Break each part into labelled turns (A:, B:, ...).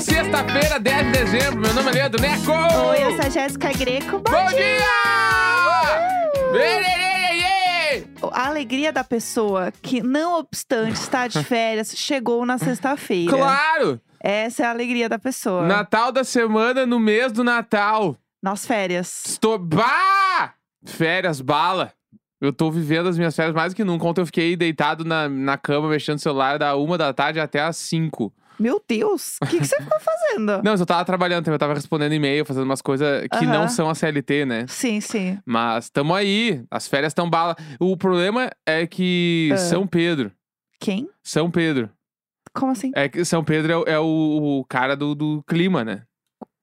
A: Sexta-feira, 10 de dezembro. Meu nome é Leandro Neco.
B: Oi, eu sou a Jéssica Greco. Bom,
A: Bom
B: dia!
A: dia! Vererê!
B: A alegria da pessoa que, não obstante estar de férias, chegou na sexta-feira.
A: Claro!
B: Essa é a alegria da pessoa.
A: Natal da semana, no mês do Natal.
B: Nas férias.
A: Estou. Bah! Férias, bala. Eu tô vivendo as minhas férias mais do que nunca. Ontem eu fiquei deitado na, na cama, mexendo no celular, da uma da tarde até as 5.
B: Meu Deus, o que, que você ficou fazendo?
A: Não, mas eu tava trabalhando também, eu tava respondendo e-mail, fazendo umas coisas que não
B: Aham.
A: são a CLT, né?
B: Sim, sim.
A: Mas tamo aí, as férias estão bala. O problema é que
B: Ah.
A: São Pedro.
B: Quem?
A: São Pedro.
B: Como assim?
A: É que São Pedro é o- é, o, o cara do, do clima, né?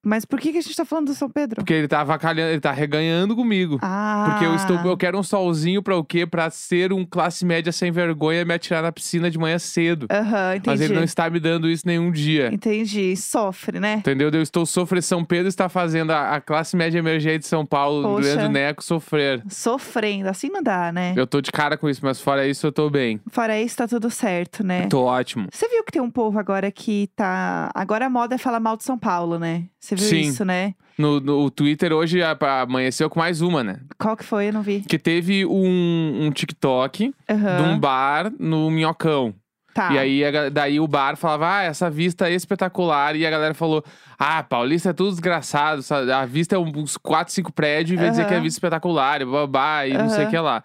B: Mas por que, que a gente tá falando do São Pedro?
A: Porque ele tá avacalhando, ele tá reganhando comigo.
B: Ah.
A: Porque eu estou. Eu quero um solzinho pra o quê? Pra ser um classe média sem vergonha e me atirar na piscina de manhã cedo.
B: Aham,
A: Mas
B: entendi.
A: ele não está me dando isso nenhum dia.
B: Entendi. Sofre, né?
A: Entendeu? Eu estou sofrendo. São Pedro está fazendo a, a classe média emergente de São Paulo,
B: Poxa.
A: Leandro Neco, sofrer.
B: Sofrendo. Assim não dá, né?
A: Eu tô de cara com isso, mas fora isso eu tô bem.
B: Fora isso, tá tudo certo, né?
A: Tô ótimo.
B: Você viu que tem um povo agora que tá. Agora a moda é falar mal de São Paulo, né? Você viu
A: Sim.
B: isso, né?
A: No, no o Twitter hoje a- a- amanheceu com mais uma, né?
B: Qual que foi? Eu não vi.
A: Que teve um, um TikTok de
B: Aham.
A: um bar no Minhocão.
B: Tá.
A: E aí, a ga- daí o bar falava, ah, essa vista é espetacular. E a galera falou, ah, Paulista é tudo desgraçado. sabe? A vista é um- uns 4, 5 prédios e vai dizer que é
B: Aham.
A: vista espetacular e babá e não sei o
B: Aham.
A: que lá.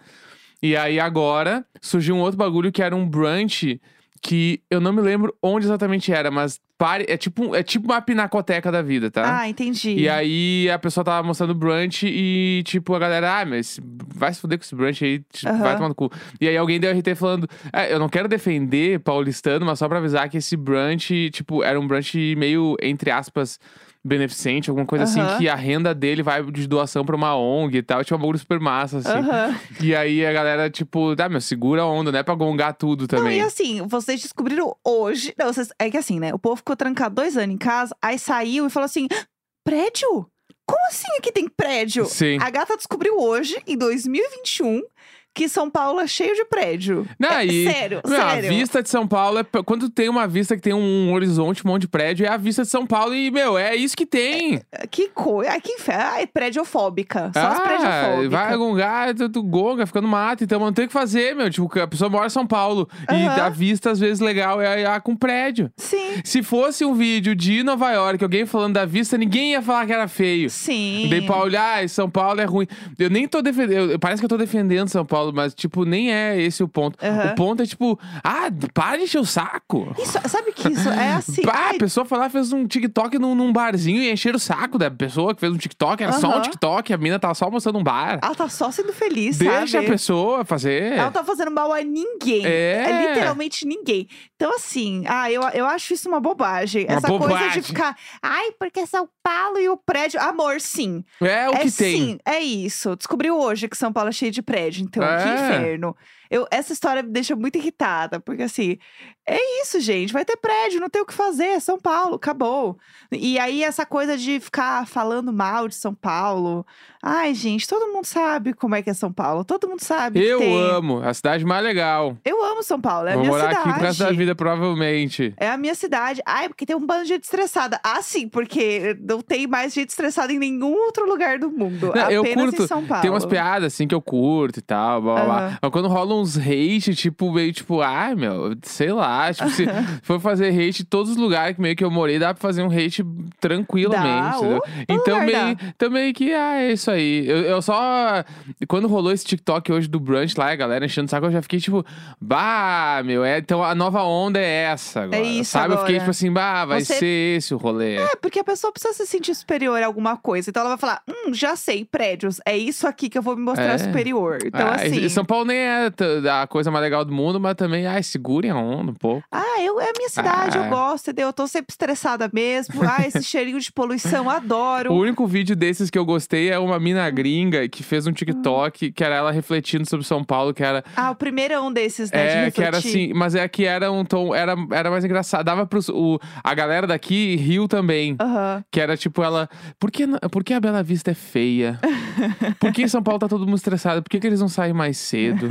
A: E aí agora surgiu um outro bagulho que era um brunch que eu não me lembro onde exatamente era, mas pare, é, tipo, um- é tipo uma pinacoteca da vida, tá?
B: Ah, entendi.
A: E aí a pessoa tava mostrando brunch e, tipo, a galera, ah, mas vai se fuder com esse brunch aí, t-
B: Aham.
A: vai tomar no cu. E aí alguém deu RT falando, é, eu não quero defender paulistano, mas só pra avisar que esse brunch, tipo, era um brunch meio, entre aspas, beneficente, alguma coisa assim,
B: Aham.
A: que a renda dele vai de doação pra uma ONG e tal. Tinha um bagulho super massa, assim.
B: Aham.
A: E aí a galera, tipo, ah, meu, segura a onda, né? Pra gongar tudo
B: Não,
A: também.
B: e assim, vocês descobriram hoje. Não, vocês- É que assim, né? O povo ficou trancado dois anos em casa, aí saiu e falou assim: "Ah, prédio? Como assim aqui tem prédio?
A: Sim.
B: A gata descobriu hoje, em 2021, que São Paulo é cheio de prédio.
A: Não,
B: É-
A: e-
B: Sério,
A: Não, a
B: sério.
A: vista de São Paulo é. Quando tem uma vista que tem um horizonte, um monte de prédio, é a vista de São Paulo e, meu, é isso que tem.
B: Que coisa. Ai, que inferno. Ai, prédiofóbica. é Só as
A: ah,
B: prédiofóbicas.
A: vai gongar, tu, tu gonga, fica no mato, então não tem o que fazer, meu. Tipo, que a pessoa mora em São Paulo. E
B: Aham.
A: a vista, às vezes, legal é a, a com prédio.
B: Sim.
A: Se fosse um vídeo de Nova York, alguém falando da vista, ninguém ia falar que era feio.
B: Sim.
A: Dei pra olhar, "Ah, São Paulo é ruim. Eu nem tô defendendo. eu- Parece que eu tô defendendo São Paulo, mas, tipo, nem é esse o ponto.
B: Aham.
A: O ponto é, tipo, ah, para de encher o saco.
B: Isso, sabe que isso é assim.
A: Pá,
B: ai,
A: a pessoa foi lá, fez um TikTok num, num barzinho e encheram o saco da pessoa que fez um TikTok. Era só um
B: Aham.
A: TikTok, a mina tava só mostrando um bar.
B: ela tá só sendo feliz,
A: Deixa
B: sabe?
A: a pessoa fazer.
B: Ela não tá fazendo mal a ninguém.
A: É.
B: literalmente ninguém. Então, assim, ah, eu, eu acho isso uma bobagem.
A: Uma
B: Essa coisa
A: bobagem.
B: de ficar, ai, porque São Paulo e o prédio. Amor, sim.
A: É o
B: é
A: que tem.
B: sim, é isso. Descobriu hoje que São Paulo é cheio de prédio, então que
A: É.
B: inferno. Eu, essa história me deixa muito irritada, porque assim, é isso, gente. Vai ter prédio, não tem o que fazer. É São Paulo, acabou. E aí, essa coisa de ficar falando mal de São Paulo. Ai, gente, todo mundo sabe como é que é São Paulo. Todo mundo sabe. que
A: Eu
B: tem-
A: amo, É a cidade mais legal.
B: eu amo São Paulo, é a
A: Vou
B: minha
A: morar
B: cidade.
A: aqui pro resto da vida, provavelmente.
B: É a minha cidade. Ai, porque tem um bando de gente estressada. Ah, sim, porque não tem mais gente estressada em nenhum outro lugar do mundo.
A: Não,
B: apenas
A: eu curto.
B: em São Paulo.
A: Tem umas piadas assim que eu curto e tal, blá blá blá.
B: Aham.
A: Mas quando rolam uns hate, tipo, meio tipo, ai meu, sei lá. Tipo, se for fazer hate em todos os lugares que meio que eu morei, dá pra fazer um hate tranquilamente.
B: Dá,
A: entendeu?
B: ô,
A: então,
B: lugar
A: meio, então meio que, ah, é isso aí. Eu, eu só. Quando rolou esse TikTok hoje do brunch lá, a galera enchendo o saco, eu já fiquei tipo, bah, meu, é, então a nova onda é essa. Agora,
B: isso
A: Sabe? Eu fiquei
B: agora.
A: tipo assim, bah, vai
B: Você-
A: ser esse o rolê.
B: É, porque a pessoa precisa se sentir superior a alguma coisa. Então ela vai falar: hum, já sei, prédios. É isso aqui que eu vou me mostrar
A: É.
B: superior. Então,
A: Ah,
B: assim.
A: e São Paulo nem é t- a coisa mais legal do mundo, mas também, ai, segurem a onda um pouco.
B: Ah, eu, é a minha cidade,
A: Ah.
B: eu gosto, entendeu? Eu tô sempre estressada mesmo. Ah, esse cheirinho de poluição, adoro.
A: O único vídeo desses que eu gostei é uma
B: Hum.
A: mina gringa que fez um TikTok, que era ela refletindo sobre São Paulo, que era.
B: Ah, o primeirão desses, né? de
A: é, que era
B: refletir.
A: assim, mas é que era um tom, era, era mais engraçado. Dava pros. O, a galera daqui riu também.
B: Aham.
A: Que era tipo ela. Por que, na- por que a Bela Vista é feia? Por que em São Paulo tá todo mundo estressado? Por que, que eles não saem mais cedo?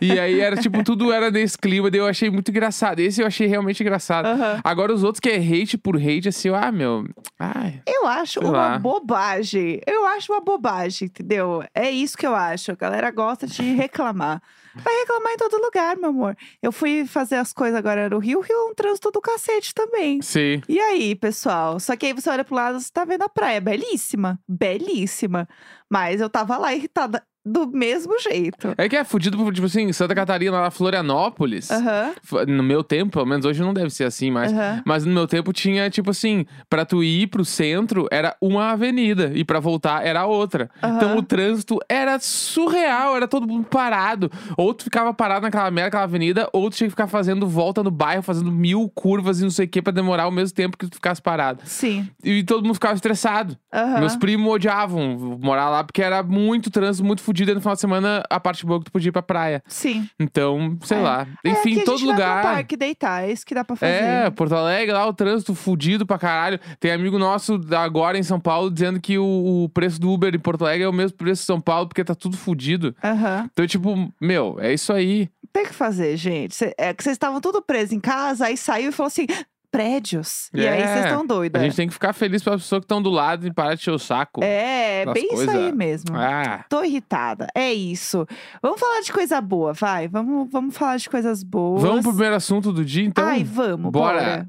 A: E aí era tipo, tudo era nesse clima, daí eu achei muito engraçado. Esse eu achei realmente engraçado.
B: Aham.
A: Agora os outros que é hate por hate, assim, eu, ah, meu. Ai.
B: Eu acho
A: Sei
B: uma
A: lá.
B: bobagem. Eu acho uma bobagem, entendeu? É isso que eu acho. A galera gosta de reclamar. Vai reclamar em todo lugar, meu amor. Eu fui fazer as coisas agora no Rio. Rio é um trânsito do cacete também.
A: Sim.
B: E aí, pessoal? Só que aí você olha pro lado, você tá vendo a praia. Belíssima. Belíssima. Mas eu tava lá irritada do mesmo jeito.
A: É que é fudido, por, tipo assim, Santa Catarina, lá Florianópolis.
B: Aham.
A: f- No meu tempo, pelo menos hoje não deve ser assim mais.
B: Aham.
A: Mas no meu tempo tinha, tipo assim, pra tu ir pro centro era uma avenida e pra voltar era outra.
B: Aham.
A: Então o trânsito era surreal, era todo mundo parado. Ou tu ficava parado naquela merda, naquela avenida, ou tu tinha que ficar fazendo volta no bairro, fazendo mil curvas e não sei o que pra demorar o mesmo tempo que tu ficasse parado.
B: Sim.
A: E todo mundo ficava estressado.
B: Aham.
A: Meus primos odiavam morar lá porque era muito trânsito, muito fodido. E no final de semana, a parte boa é que tu podia ir pra praia.
B: Sim.
A: Então, sei
B: É.
A: lá. Enfim,
B: é, que a
A: todo
B: gente
A: lugar.
B: Vai pro parque deitar. É isso que dá pra fazer.
A: É, Porto Alegre lá, o trânsito fudido pra caralho. Tem amigo nosso da- agora em São Paulo dizendo que o, o preço do Uber em Porto Alegre é o mesmo preço de São Paulo, porque tá tudo fudido.
B: Aham.
A: Então, tipo, meu, é isso aí.
B: Tem que fazer, gente. Cê- é que vocês estavam tudo presos em casa, aí saiu e falou assim: prédios. E aí
A: É.
B: vocês estão
A: A
B: doidas.
A: gente tem que ficar feliz pelas pessoas que estão do lado e parar de encher o saco.
B: É,
A: das
B: bem isso
A: coisa.
B: aí mesmo.
A: Ah,
B: Tô irritada. É isso. Vamos falar de coisa boa, vai. Vamos, vamos falar de coisas boas.
A: vamos pro primeiro assunto do dia, então?
B: Ai, vamos,
A: bora.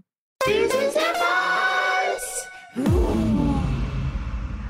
B: bora.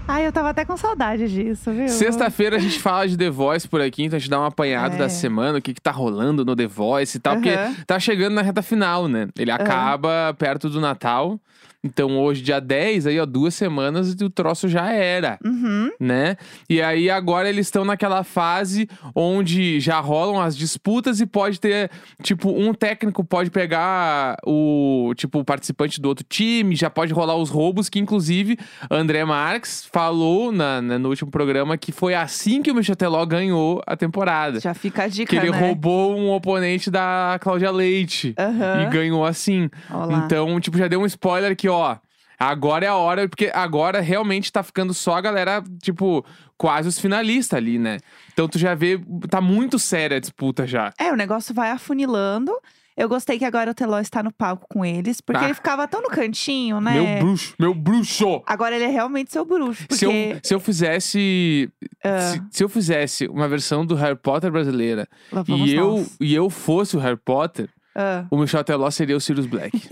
B: Ai, eu tava até com saudade disso, viu?
A: Sexta-feira a gente fala de The Voice por aqui, então a gente dá um apanhado
B: É.
A: da semana, o que, que tá rolando no The Voice e tal,
B: Aham.
A: porque tá chegando na reta final, né? Ele acaba perto do Natal. Então hoje, dia 10, aí, ó, duas semanas e o troço já era,
B: Uhum,
A: né? E aí agora eles estão naquela fase onde já rolam as disputas e pode ter, tipo, um técnico pode pegar o, tipo, o participante do outro time, já pode rolar os roubos, que inclusive André Marques falou na, na- no último programa que foi assim que o Michel Teló ganhou a temporada.
B: já fica a dica,
A: que ele
B: né?
A: roubou um oponente da Cláudia Leite
B: Aham.
A: e ganhou assim.
B: Ó lá.
A: Então, tipo, já deu um spoiler que, ó. Agora é a hora, porque agora realmente tá ficando só a galera, tipo, quase os finalistas ali, né? Então tu já vê, tá muito séria a disputa já.
B: É, o negócio vai afunilando. Eu gostei que agora o Teló está no palco com eles, porque
A: Tá.
B: ele ficava tão no cantinho, né?
A: Meu bruxo, meu bruxo!
B: Agora ele é realmente seu bruxo, porque...
A: Se, eu, se eu fizesse.
B: Ah.
A: Se, se eu fizesse uma versão do Harry Potter brasileira
B: Lá vamos
A: e eu,
B: nós.
A: e eu fosse o Harry Potter,
B: Ah.
A: o Michel Teló seria o Sirius Black.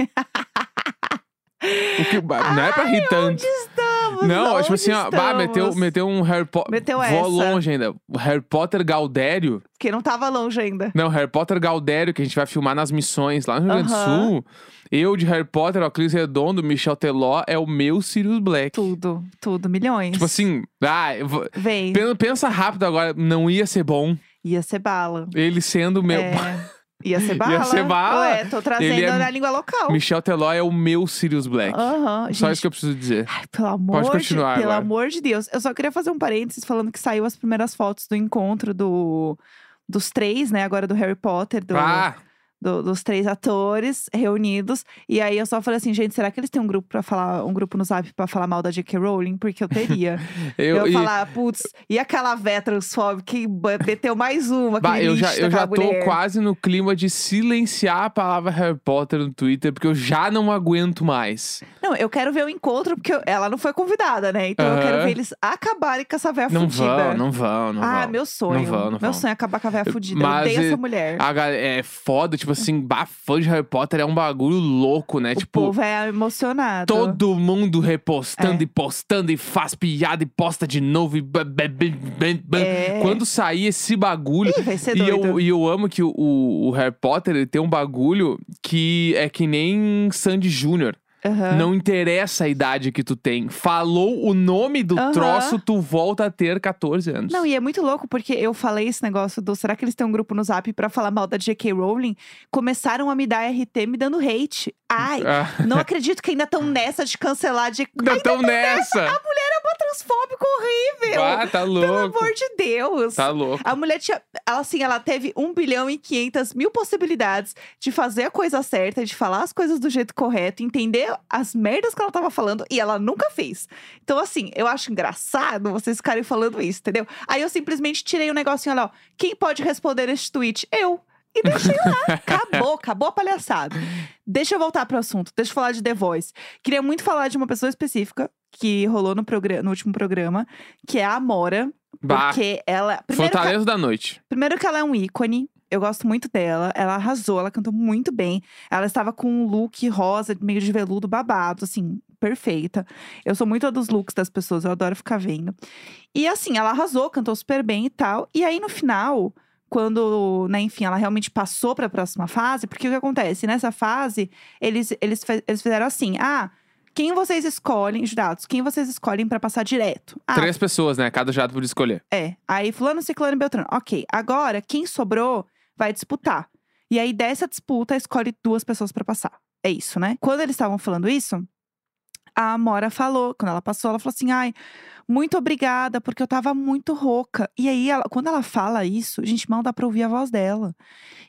A: o que, ba- não é pra rir tanto.
B: Estamos,
A: Não,
B: onde
A: tipo assim, ó, bah,
B: estamos?
A: meteu, meteu um Harry Potter.
B: Meteu
A: Vou
B: essa.
A: longe ainda. O Harry Potter Gaudério.
B: Porque não tava longe ainda.
A: Não, Harry Potter Gaudério, que a gente vai filmar nas missões lá no Rio Grande do
B: Aham.
A: Sul. Eu de Harry Potter, ó, Cris Redondo, Michel Teló, é o meu Sirius Black.
B: Tudo, tudo, milhões.
A: Tipo assim, ah, eu vou-
B: Vem,
A: pen- pensa rápido agora, não ia ser bom
B: ia ser bala.
A: ele sendo o meu.
B: É, Ia ser bala.
A: Ia ser bala.
B: Ué, tô trazendo
A: Ele é-
B: na língua local.
A: Michel Teló é o meu Sirius Black.
B: Aham, Ah, gente.
A: Só isso que eu preciso dizer.
B: Ai, pelo amor
A: continuar
B: de, Pelo
A: agora.
B: amor de Deus. Eu só queria fazer um parênteses falando que saiu as primeiras fotos do encontro do... Dos três, né? Agora do Harry Potter, do,
A: Ah,
B: do- dos três atores reunidos. E aí eu só falei assim, gente, será que eles têm um grupo para falar, um grupo no Zap pra falar mal da J.K. Rowling? Porque eu teria.
A: Ah, eu,
B: eu
A: e-
B: falar, putz, e aquela vé transfóbica que b- meteu mais uma,
A: Bah,
B: aquele
A: eu já,
B: lixo
A: eu já
B: daquela
A: tô
B: mulher.
A: quase no clima de silenciar a palavra Harry Potter no Twitter, porque eu já não aguento mais.
B: Não, eu quero ver o encontro, porque eu- ela não foi convidada, né? Então eu
A: Aham.
B: quero ver eles acabarem com essa véia
A: não
B: fudida.
A: vão, não vão, não
B: É ah,
A: vão.
B: meu sonho.
A: Não vão, não
B: meu
A: vão.
B: sonho é acabar com a véia fudida.
A: Mas,
B: eu odeio
A: eh,
B: essa mulher.
A: A galera- é foda, tipo assim, bah, fã de Harry Potter é um bagulho louco, né?
B: o
A: tipo,
B: povo é emocionado.
A: todo mundo repostando
B: É.
A: e postando e faz piada e posta de novo e. ba- ba- ba- ba- ba-
B: É.
A: Quando sair esse bagulho.
B: Ih, vai ser
A: E
B: doido.
A: eu, e eu amo que o, o Harry Potter ele tem um bagulho que é que nem Sandy Júnior.
B: Aham.
A: Não interessa a idade que tu tem. Falou o nome do
B: Aham.
A: troço, tu volta a ter 14 anos.
B: Não, e é muito louco porque eu falei esse negócio do será que eles têm um grupo no Zap pra falar mal da J.K. Rowling? Começaram a me dar RT me dando hate. Ai,
A: Ah,
B: não acredito que ainda estão nessa de cancelar de
A: ainda tão nessa.
B: A mulher é uma transfóbico horrível.
A: Ah, tá
B: Pelo
A: louco.
B: amor de Deus.
A: Tá louco.
B: A mulher tinha. Ela, assim, ela teve 1 bilhão e 500 mil possibilidades de fazer a coisa certa, de falar as coisas do jeito correto, entender as merdas que ela tava falando e ela nunca fez. Então, assim, eu acho engraçado vocês ficarem falando isso, entendeu? Aí eu simplesmente tirei o um negocinho olha, ó. Quem pode responder este tweet? Eu. E deixei lá. acabou, acabou a palhaçada. Deixa eu voltar pro assunto. Deixa eu falar de The Voice. Queria muito falar de uma pessoa específica que rolou no, progra- no último programa, que é a Amora.
A: Bah,
B: Porque ela. Primeiro que
A: Fortaleza da noite.
B: Primeiro que ela é um ícone. Eu gosto muito dela. Ela arrasou, ela cantou muito bem. Ela estava com um look rosa, meio de veludo babado, assim, perfeita. Eu sou muito a dos looks das pessoas, eu adoro ficar vendo. E assim, ela arrasou, cantou super bem e tal. E aí no final, quando, né, enfim, ela realmente passou para a próxima fase, porque o que acontece? Nessa fase, eles, eles, fe- eles fizeram assim: ah, quem vocês escolhem, jurados, quem vocês escolhem para passar direto? Ah,
A: Três pessoas, né? Cada jato por escolher.
B: é. Aí fulano, ciclano e beltrano. Ok. Agora, quem sobrou vai disputar. E aí, dessa disputa, escolhe duas pessoas pra passar. É isso, né? Quando eles estavam falando isso, a Amora falou. Quando ela passou, ela falou assim, ai, muito obrigada, porque eu tava muito rouca. E aí, ela- quando ela fala isso, gente, mal dá pra ouvir a voz dela.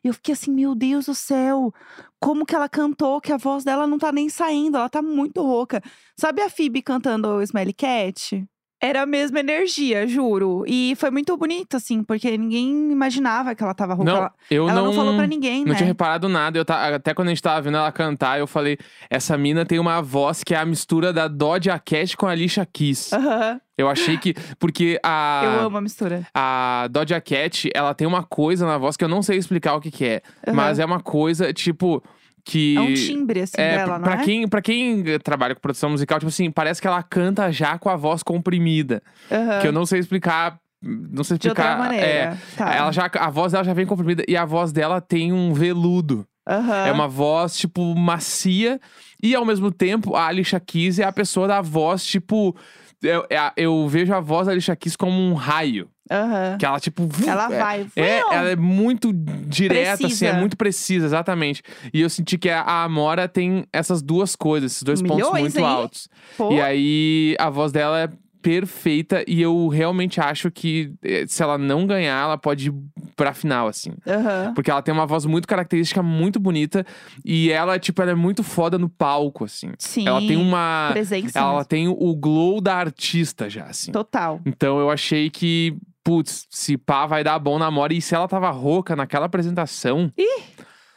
B: E eu fiquei assim, meu Deus do céu. Como que ela cantou que a voz dela não tá nem saindo? Ela tá muito rouca. Sabe a Phoebe cantando o Smelly Cat? Era a mesma energia, juro. E foi muito bonito, assim, porque ninguém imaginava que ela tava rouca.
A: Não,
B: ela
A: eu
B: ela
A: não.
B: não, falou pra ninguém,
A: não
B: né?
A: tinha reparado nada. Eu ta- Até quando a gente tava vendo ela cantar, eu falei: essa mina tem uma voz que é a mistura da Dodge Cat com a Alicia Keys.
B: Aham,
A: Eu achei que. Porque a.
B: Ah. Eu amo a mistura.
A: A Doja Cat, ela tem uma coisa na voz que eu não sei explicar o que, que é.
B: Aham.
A: Mas é uma coisa, tipo, que.
B: É um timbre, assim,
A: É,
B: dela,
A: pra-
B: não
A: pra
B: é?
A: quem, pra quem trabalha com produção musical, tipo assim, parece que ela canta já com a voz comprimida.
B: Aham.
A: Que eu não sei explicar. Não sei
B: De
A: explicar.
B: outra maneira.
A: É.
B: Tá.
A: Ela já, a voz dela já vem comprimida e a voz dela tem um veludo.
B: Aham.
A: É uma voz, tipo, macia. E ao mesmo tempo, a Alicia Keys é a pessoa da voz, tipo. Eu, é a- eu vejo a voz da Alicia Keys como um raio.
B: Aham.
A: Que ela, tipo. vum,
B: Ela
A: é,
B: vai.
A: É,
B: Fui eu.
A: ela é muito direta, assim, é
B: Precisa.
A: muito precisa, exatamente. E eu senti que a- a Amora tem essas duas coisas, esses dois pontos
B: Milhões,
A: muito
B: hein?
A: altos.
B: Pô,
A: é, E aí, a voz dela é perfeita e eu realmente acho que eh, se ela não ganhar, ela pode ir pra final, assim.
B: aham.
A: Porque ela tem uma voz muito característica, muito bonita. E ela, tipo, ela é muito foda no palco, assim.
B: Sim.
A: Ela tem uma.
B: Presença.
A: Ela
B: mesmo.
A: tem o glow da artista já, assim.
B: Total.
A: Então eu achei que, putz, se pá, vai dar bom na Mora. E se ela tava rouca naquela apresentação.
B: Ih!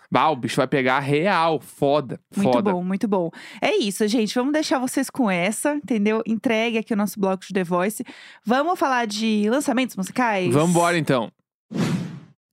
A: Bah, o bicho vai pegar real. Foda.
B: Muito
A: foda.
B: bom, muito bom. É isso, gente. Vamos deixar vocês com essa, entendeu? Entregue aqui o nosso bloco de The Voice. Vamos falar de lançamentos musicais?
A: Vamos embora então.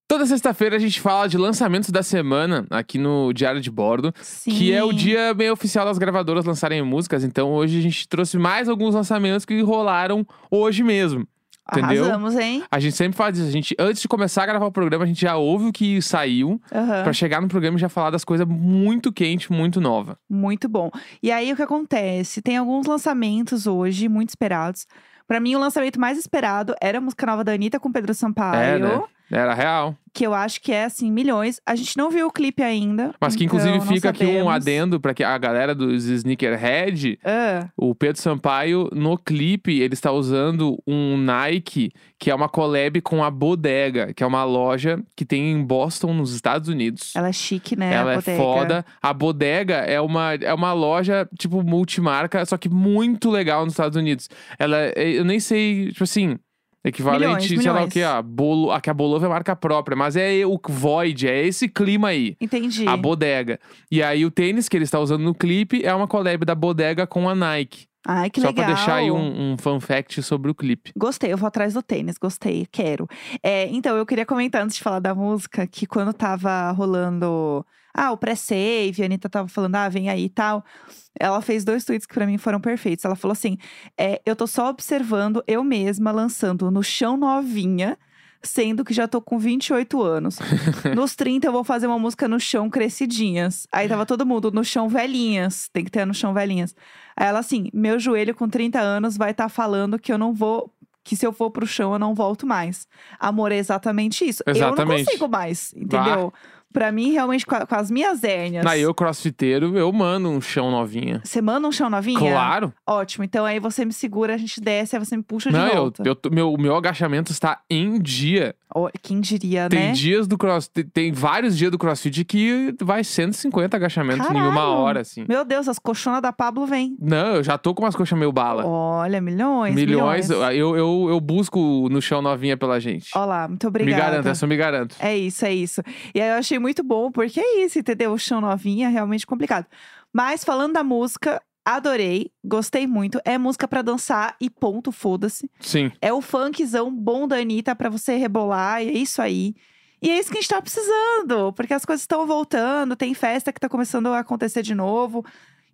A: Toda sexta-feira a gente fala de lançamentos da semana aqui no Diário de Bordo,
B: Sim.
A: que é o dia meio oficial das gravadoras lançarem músicas. Então hoje a gente trouxe mais alguns lançamentos que rolaram hoje mesmo. entendeu?
B: Arrasamos, hein?
A: A gente sempre faz isso. A gente, antes de começar a gravar o programa, a gente já ouve o que saiu
B: Aham.
A: Pra chegar no programa e já falar das coisas muito quente, muito nova.
B: Muito bom. E aí o que acontece? Tem alguns lançamentos hoje, muito esperados. Pra mim, o lançamento mais esperado era a música nova da Anitta com Pedro Sampaio.
A: É, né? Era real.
B: que eu acho que é assim, milhões. A gente não viu o clipe ainda.
A: Mas que
B: então
A: inclusive
B: não
A: fica aqui um
B: sabemos.
A: adendo pra que a galera dos Sneakerhead,
B: Ah,
A: o Pedro Sampaio, no clipe, ele está usando um Nike, que é uma collab com a Bodega, que é uma loja que tem em Boston, nos Estados Unidos.
B: ela é chique, né?
A: Ela
B: a
A: é
B: bodega.
A: foda. A Bodega é uma, é uma loja, tipo, multimarca, só que muito legal nos Estados Unidos. Ela, é- eu nem sei, tipo assim, equivalente,
B: Milhões,
A: sei lá o
B: milhões.
A: que, a, Bolo, a que a Bolova é marca própria, mas é o Void, é esse clima aí.
B: Entendi.
A: A bodega. E aí, o tênis que ele está usando no clipe é uma collab da bodega com a Nike.
B: Ai, que
A: Só
B: legal.
A: pra deixar aí um, um fun fact sobre o clipe.
B: Gostei, eu vou atrás do tênis, gostei, quero. É, então, eu queria comentar antes de falar da música que quando tava rolando. Ah, o pré-save, a Anitta tava falando, ah, vem aí e tal. Ela fez dois tweets que pra mim foram perfeitos. Ela falou assim: é, eu tô só observando eu mesma lançando no chão novinha, sendo que já tô com 28 anos. Nos 30 eu vou fazer uma música no chão crescidinhas. Aí tava todo mundo no chão velhinhas, tem que ter no chão velhinhas. Aí ela assim: meu joelho com 30 anos vai estar falando que eu não vou. Que se eu for pro chão, eu não volto mais. Amor, é exatamente isso. Eu não
A: Exatamente.
B: consigo mais, entendeu? Pra mim, realmente, com, a- com as minhas hérnias.
A: Na eu, crossfiteiro, eu mando um chão novinha.
B: Você manda um chão novinha?
A: Claro.
B: Ótimo. Então aí você me segura, a gente desce, aí você me puxa
A: Não,
B: de
A: eu,
B: volta.
A: eu tô- meu, meu agachamento está em dia.
B: Ó, Quem diria,
A: Tem
B: né?
A: dias do cross, tem, tem vários dias do crossfit que vai 150 agachamentos em uma
B: Caralho.
A: hora, assim.
B: Meu Deus, as colchonas da Pablo vêm.
A: Não, eu já tô com umas coxas meio bala.
B: Olha, milhões.
A: milhões,
B: Milhões.
A: Eu, eu, eu busco no chão novinha pela gente.
B: Olha lá, muito
A: me
B: obrigada.
A: garanto, essa eu me garanto.
B: É isso, é isso. E aí eu achei muito bom, porque é isso, entendeu? O chão novinha é realmente complicado. Mas falando da música, adorei, gostei muito. É música pra dançar e ponto, foda-se.
A: Sim.
B: É o funkzão bom da Anitta pra você rebolar, e é isso aí. E é isso que a gente tá precisando, porque as coisas estão voltando, tem festa que tá começando a acontecer de novo.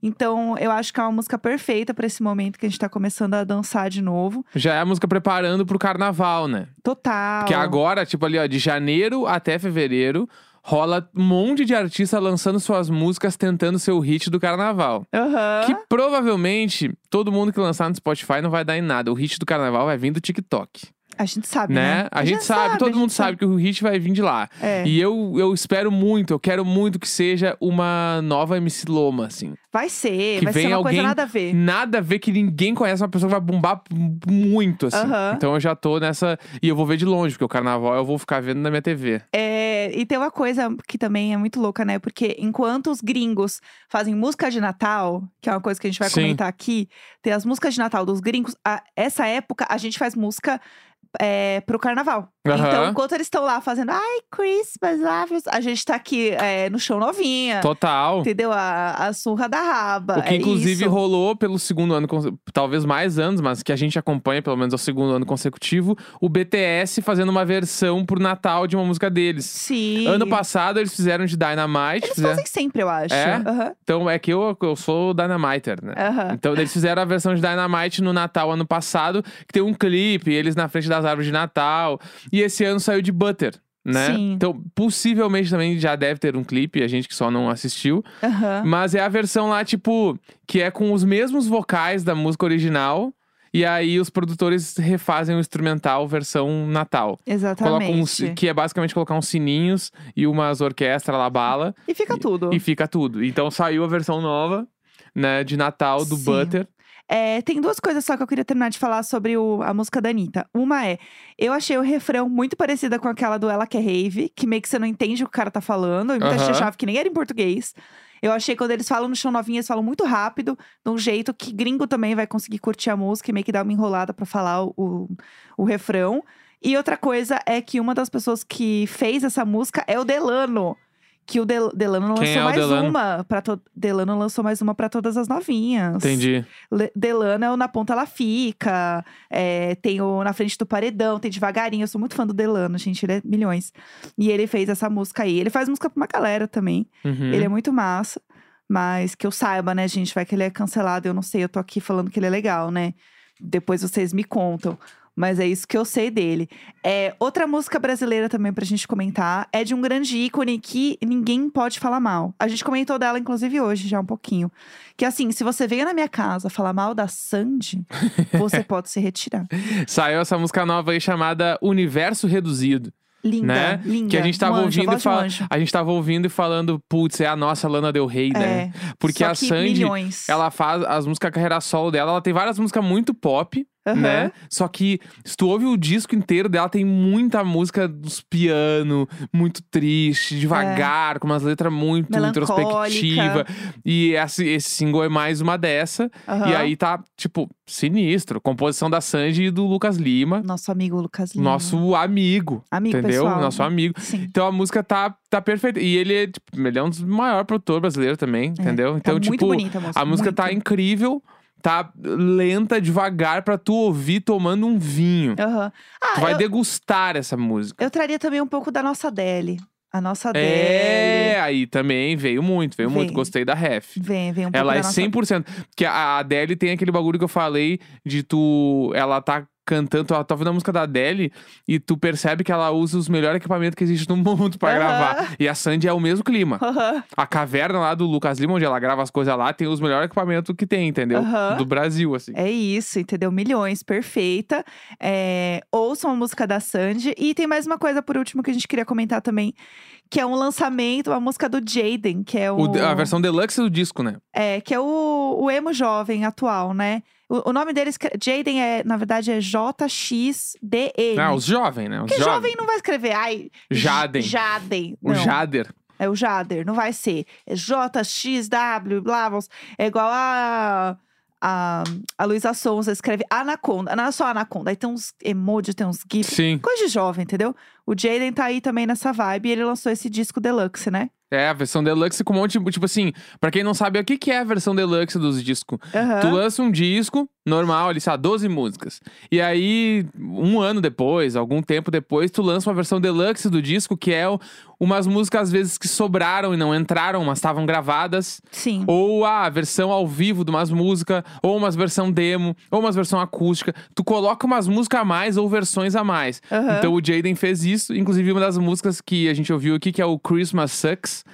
B: Então, eu acho que é uma música perfeita pra esse momento que a gente tá começando a dançar de novo.
A: Já é a música preparando pro carnaval, né?
B: Total.
A: Porque agora, tipo ali, ó, de janeiro até fevereiro, rola um monte de artista lançando suas músicas tentando ser o hit do carnaval.
B: Aham.
A: Que provavelmente todo mundo que lançar no Spotify não vai dar em nada. O hit do carnaval vai vir do TikTok,
B: A gente sabe, né?
A: né? A, gente sabe,
B: a
A: todo mundo
B: gente
A: sabe que o hit vai vir de lá.
B: É.
A: E eu, eu espero muito, eu quero muito que seja uma nova MC Loma, assim.
B: Vai ser,
A: Que
B: vai ser
A: vem
B: uma
A: alguém-
B: coisa nada a ver.
A: Nada a ver que ninguém conhece uma pessoa que vai bombar m- muito, assim.
B: Aham.
A: Então eu já tô nessa. E eu vou ver de longe, porque o carnaval eu vou ficar vendo na minha TV.
B: É, e tem uma coisa que também é muito louca, né? Porque enquanto os gringos fazem música de Natal, que é uma coisa que a gente vai
A: Sim.
B: comentar aqui, tem as músicas de Natal dos gringos, a- essa época a gente faz música é, pro carnaval.
A: Aham.
B: Então, enquanto eles estão lá fazendo Ai, Christmas, Love", a gente tá aqui é, no chão novinha,
A: Total.
B: entendeu? A, a surra da raba.
A: O que
B: é
A: inclusive
B: isso.
A: rolou pelo segundo ano, conse- talvez mais anos, mas que a gente acompanha, pelo menos ao segundo ano consecutivo, o BTS fazendo uma versão pro Natal de uma música deles.
B: Sim.
A: Ano passado eles fizeram de Dynamite.
B: Eles
A: fizeram-
B: fazem sempre, eu acho.
A: É?
B: Aham,
A: Então é que eu, eu sou Dynamiter, né?
B: aham.
A: Então eles fizeram a versão de Dynamite no Natal ano passado, que tem um clipe, eles na frente das árvores de Natal. E esse ano saiu de Butter, né?
B: Sim.
A: Então, possivelmente também já deve ter um clipe, a gente que só não assistiu.
B: aham.
A: Mas é a versão lá, tipo, que é com os mesmos vocais da música original. E aí os produtores refazem o instrumental versão Natal.
B: Exatamente.
A: Colocam uns- que é basicamente colocar uns sininhos e umas orquestras lá bala.
B: E fica tudo.
A: E fica tudo. Então saiu a versão nova, né, de Natal do
B: Sim.
A: Butter.
B: É, tem duas coisas só que eu queria terminar de falar sobre o- a música da Anitta. Uma é, eu achei o refrão muito parecida com aquela do Ela Que é Rave, que meio que você não entende o que o cara tá falando. E muita gente
A: Aham.
B: achava que nem era em português. Eu achei quando eles falam no chão novinho, eles falam muito rápido, de um jeito que gringo também vai conseguir curtir a música e meio que dar uma enrolada pra falar o- o, o refrão. E outra coisa é que uma das pessoas que fez essa música é o Delano. Que o Del- Delano lançou
A: Quem é o
B: mais
A: Delano?
B: uma. Pra to- Delano lançou mais uma pra todas as novinhas.
A: Entendi.
B: Le- Delano é o Na Ponta Ela Fica, é, tem o Na Frente do Paredão, tem Devagarinho. Eu sou muito fã do Delano, gente, ele é milhões. E ele fez essa música aí. Ele faz música pra uma galera também.
A: Uhum.
B: Ele é muito massa. Mas que eu saiba, né, gente? Vai que ele é cancelado. Eu não sei, eu tô aqui falando que ele é legal, né? Depois vocês me contam. Mas é isso que eu sei dele. É, outra música brasileira também pra gente comentar é de um grande ícone que ninguém pode falar mal. A gente comentou dela, inclusive, hoje já um pouquinho. Que assim, se você veio na minha casa falar mal da Sandy, você pode se retirar.
A: Saiu essa música nova aí chamada Universo Reduzido.
B: Linda,
A: Né?
B: linda.
A: Que a gente tava
B: um anjo, a
A: ouvindo e
B: voz de um
A: fala-
B: anjo.
A: A gente tava ouvindo e falando, putz, é a nossa Lana Del Rey, né?
B: É,
A: Porque
B: só
A: a
B: que
A: Sandy,
B: milhões.
A: ela faz as músicas carreira solo dela, ela tem várias músicas muito pop,
B: Aham.
A: né? Só que se tu ouve o disco inteiro dela, tem muita música dos piano, muito triste, devagar, com umas letras muito
B: É. Melancólica.
A: introspectiva. E esse, esse single é mais uma dessa. E
B: aham.
A: aí tá, tipo, sinistro. Composição da Sandy e do Lucas Lima,
B: Nosso amigo Lucas Lima.
A: nosso amigo.
B: amigo
A: entendeu?
B: pessoal. né?
A: Nosso amigo.
B: Sim.
A: Então a música tá, tá perfeita. E ele é, tipo, ele é um dos maiores produtores brasileiros também, entendeu? Então,
B: tá
A: tipo,
B: muito bonita a música.
A: a música
B: muito.
A: tá incrível, tá lenta, devagar, pra tu ouvir tomando um vinho.
B: Aham.
A: tu
B: Ah,
A: vai
B: eu,
A: degustar essa música.
B: eu traria também um pouco da nossa Adele. A nossa Adele.
A: É, aí também veio muito, veio
B: Vem.
A: muito. Gostei da ref.
B: Vem, vem um pouco
A: Ela
B: da
A: é
B: nossa...
A: 100%. Porque a Adele tem aquele bagulho que eu falei de tu. Ela tá cantando, tu tá ouvindo a música da Adele e tu percebe que ela usa os melhores equipamentos que existe no mundo pra
B: Aham.
A: gravar. E a Sandy é o mesmo clima.
B: Aham.
A: A caverna lá do Lucas Lima, onde ela grava as coisas lá, tem os melhores equipamentos que tem, entendeu?
B: Aham.
A: Do Brasil, assim.
B: É isso, entendeu? Milhões, perfeita. É, ouçam a música da Sandy. E tem mais uma coisa, por último, que a gente queria comentar também. Que é um lançamento, a música do Jaden, que é o...
A: O de- a versão deluxe do disco, né?
B: É, que é o, o emo jovem atual, né? O, o nome dele, escre- Jaden, é, na verdade, é J-X-D-N.
A: Ah, os jovens, né? Os
B: Porque
A: jovens.
B: jovem não vai escrever, ai...
A: Jaden.
B: Jaden.
A: O
B: não.
A: Jader.
B: É o Jader, não vai ser. É JXW, blá, blá, blá. É igual a. A, a Luísa Sonza escreve Anaconda. Não é só Anaconda. Aí tem uns emoji, tem uns gifs.
A: Sim.
B: Coisa de jovem, entendeu? O Jaden tá aí também nessa vibe. E ele lançou esse disco deluxe, né?
A: É, a versão deluxe com um monte. Tipo assim, pra quem não sabe, o que, que é a versão deluxe dos discos?
B: Aham.
A: Tu lança um disco normal, ali, sei lá, 12 músicas. E aí, um ano depois, algum tempo depois, tu lança uma versão deluxe do disco, que é o- umas músicas, às vezes, que sobraram e não entraram, mas estavam gravadas.
B: Sim.
A: Ou a versão ao vivo de umas músicas, ou umas versão demo, ou umas versão acústica. Tu coloca umas músicas a mais ou versões a mais.
B: Aham.
A: Então o Jaden fez isso. Inclusive, uma das músicas que a gente ouviu aqui, que é o Christmas Sucks.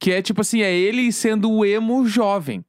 A: Que é tipo assim, é ele sendo o emo jovem.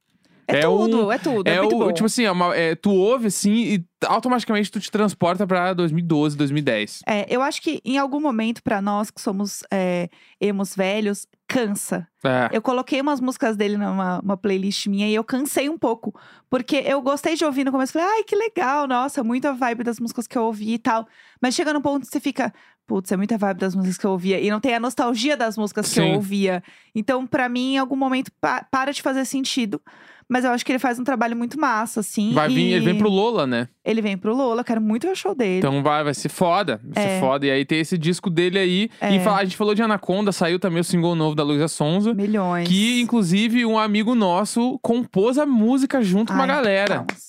B: é,
A: é
B: tudo, é tudo. É,
A: o,
B: muito bom.
A: tipo assim, é uma- é, tu ouve assim e automaticamente tu te transporta pra 2012, 2010.
B: É, eu acho que em algum momento, pra nós que somos é, emos velhos, cansa.
A: É.
B: Eu coloquei umas músicas dele numa uma playlist minha e eu cansei um pouco. Porque eu gostei de ouvir no começo. Falei, ai, que legal, nossa, muita vibe das músicas que eu ouvi e tal. Mas chega num ponto que você fica, putz, é muita vibe das músicas que eu ouvia. E não tem a nostalgia das músicas que
A: Sim.
B: eu ouvia. Então, pra mim, em algum momento, pa- para de fazer sentido. Mas eu acho que ele faz um trabalho muito massa, assim.
A: Vai vir,
B: e
A: ele vem pro Lola, né?
B: Ele vem pro Lola, eu quero muito ver o show dele.
A: Então vai, vai ser foda. Vai ser
B: É.
A: foda. E aí tem esse disco dele aí. E
B: É.
A: fala- a gente falou de Anaconda, saiu também o single novo da Luísa Sonza.
B: Milhões.
A: Então, Que, inclusive, um amigo nosso compôs a música junto com uma
B: Ai,
A: galera.
B: palmas.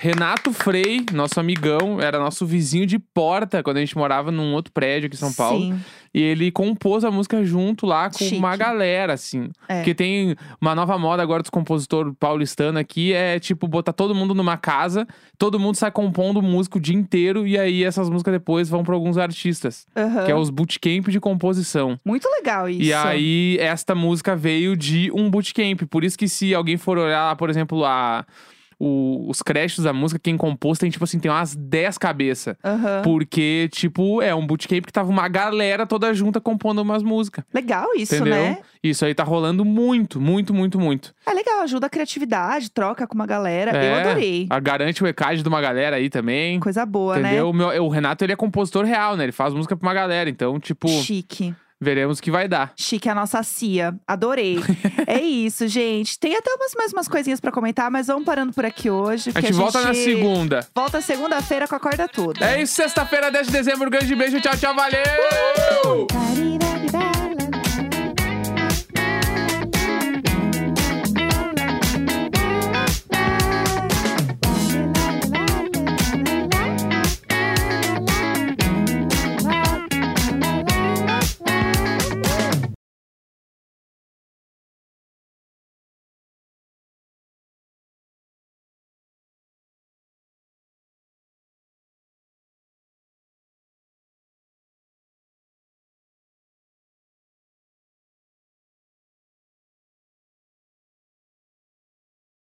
A: Renato Frei, nosso amigão, era nosso vizinho de porta quando a gente morava num outro prédio aqui em São Paulo.
B: Sim.
A: E ele compôs a música junto lá com
B: Chique.
A: uma galera, assim.
B: É.
A: Porque tem uma nova moda agora dos compositores paulistanos aqui, é tipo botar todo mundo numa casa, todo mundo sai compondo música o dia inteiro, e aí essas músicas depois vão pra alguns artistas,
B: Aham.
A: que é os bootcamp de composição.
B: Muito legal isso.
A: E aí, esta música veio de um bootcamp. Por isso que se alguém for olhar, por exemplo, a, o- os créditos da música, quem compôs tem, tipo assim, tem umas 10 cabeças.
B: Aham.
A: Porque, tipo, é um bootcamp que tava uma galera toda junta compondo umas músicas.
B: Legal isso,
A: entendeu?
B: né?
A: Isso aí tá rolando muito, muito, muito, muito.
B: É legal, ajuda a criatividade, troca com uma galera.
A: É.
B: Eu adorei.
A: A- garante o ECAD de uma galera aí também.
B: Coisa boa,
A: entendeu?
B: né?
A: O, meu- o Renato, ele é compositor real, né? Ele faz música pra uma galera. Então, tipo,
B: Chique.
A: veremos o que vai dar.
B: Chique a nossa CIA. Adorei. é isso, gente. Tem até umas mais umas coisinhas pra comentar, mas vamos parando por aqui hoje.
A: A
B: que
A: gente volta na segunda.
B: Volta segunda-feira com a corda toda.
A: É isso, sexta-feira, 10 de dezembro. Um grande beijo, tchau, tchau, valeu!
C: Ba-dee-ba-dee-ba.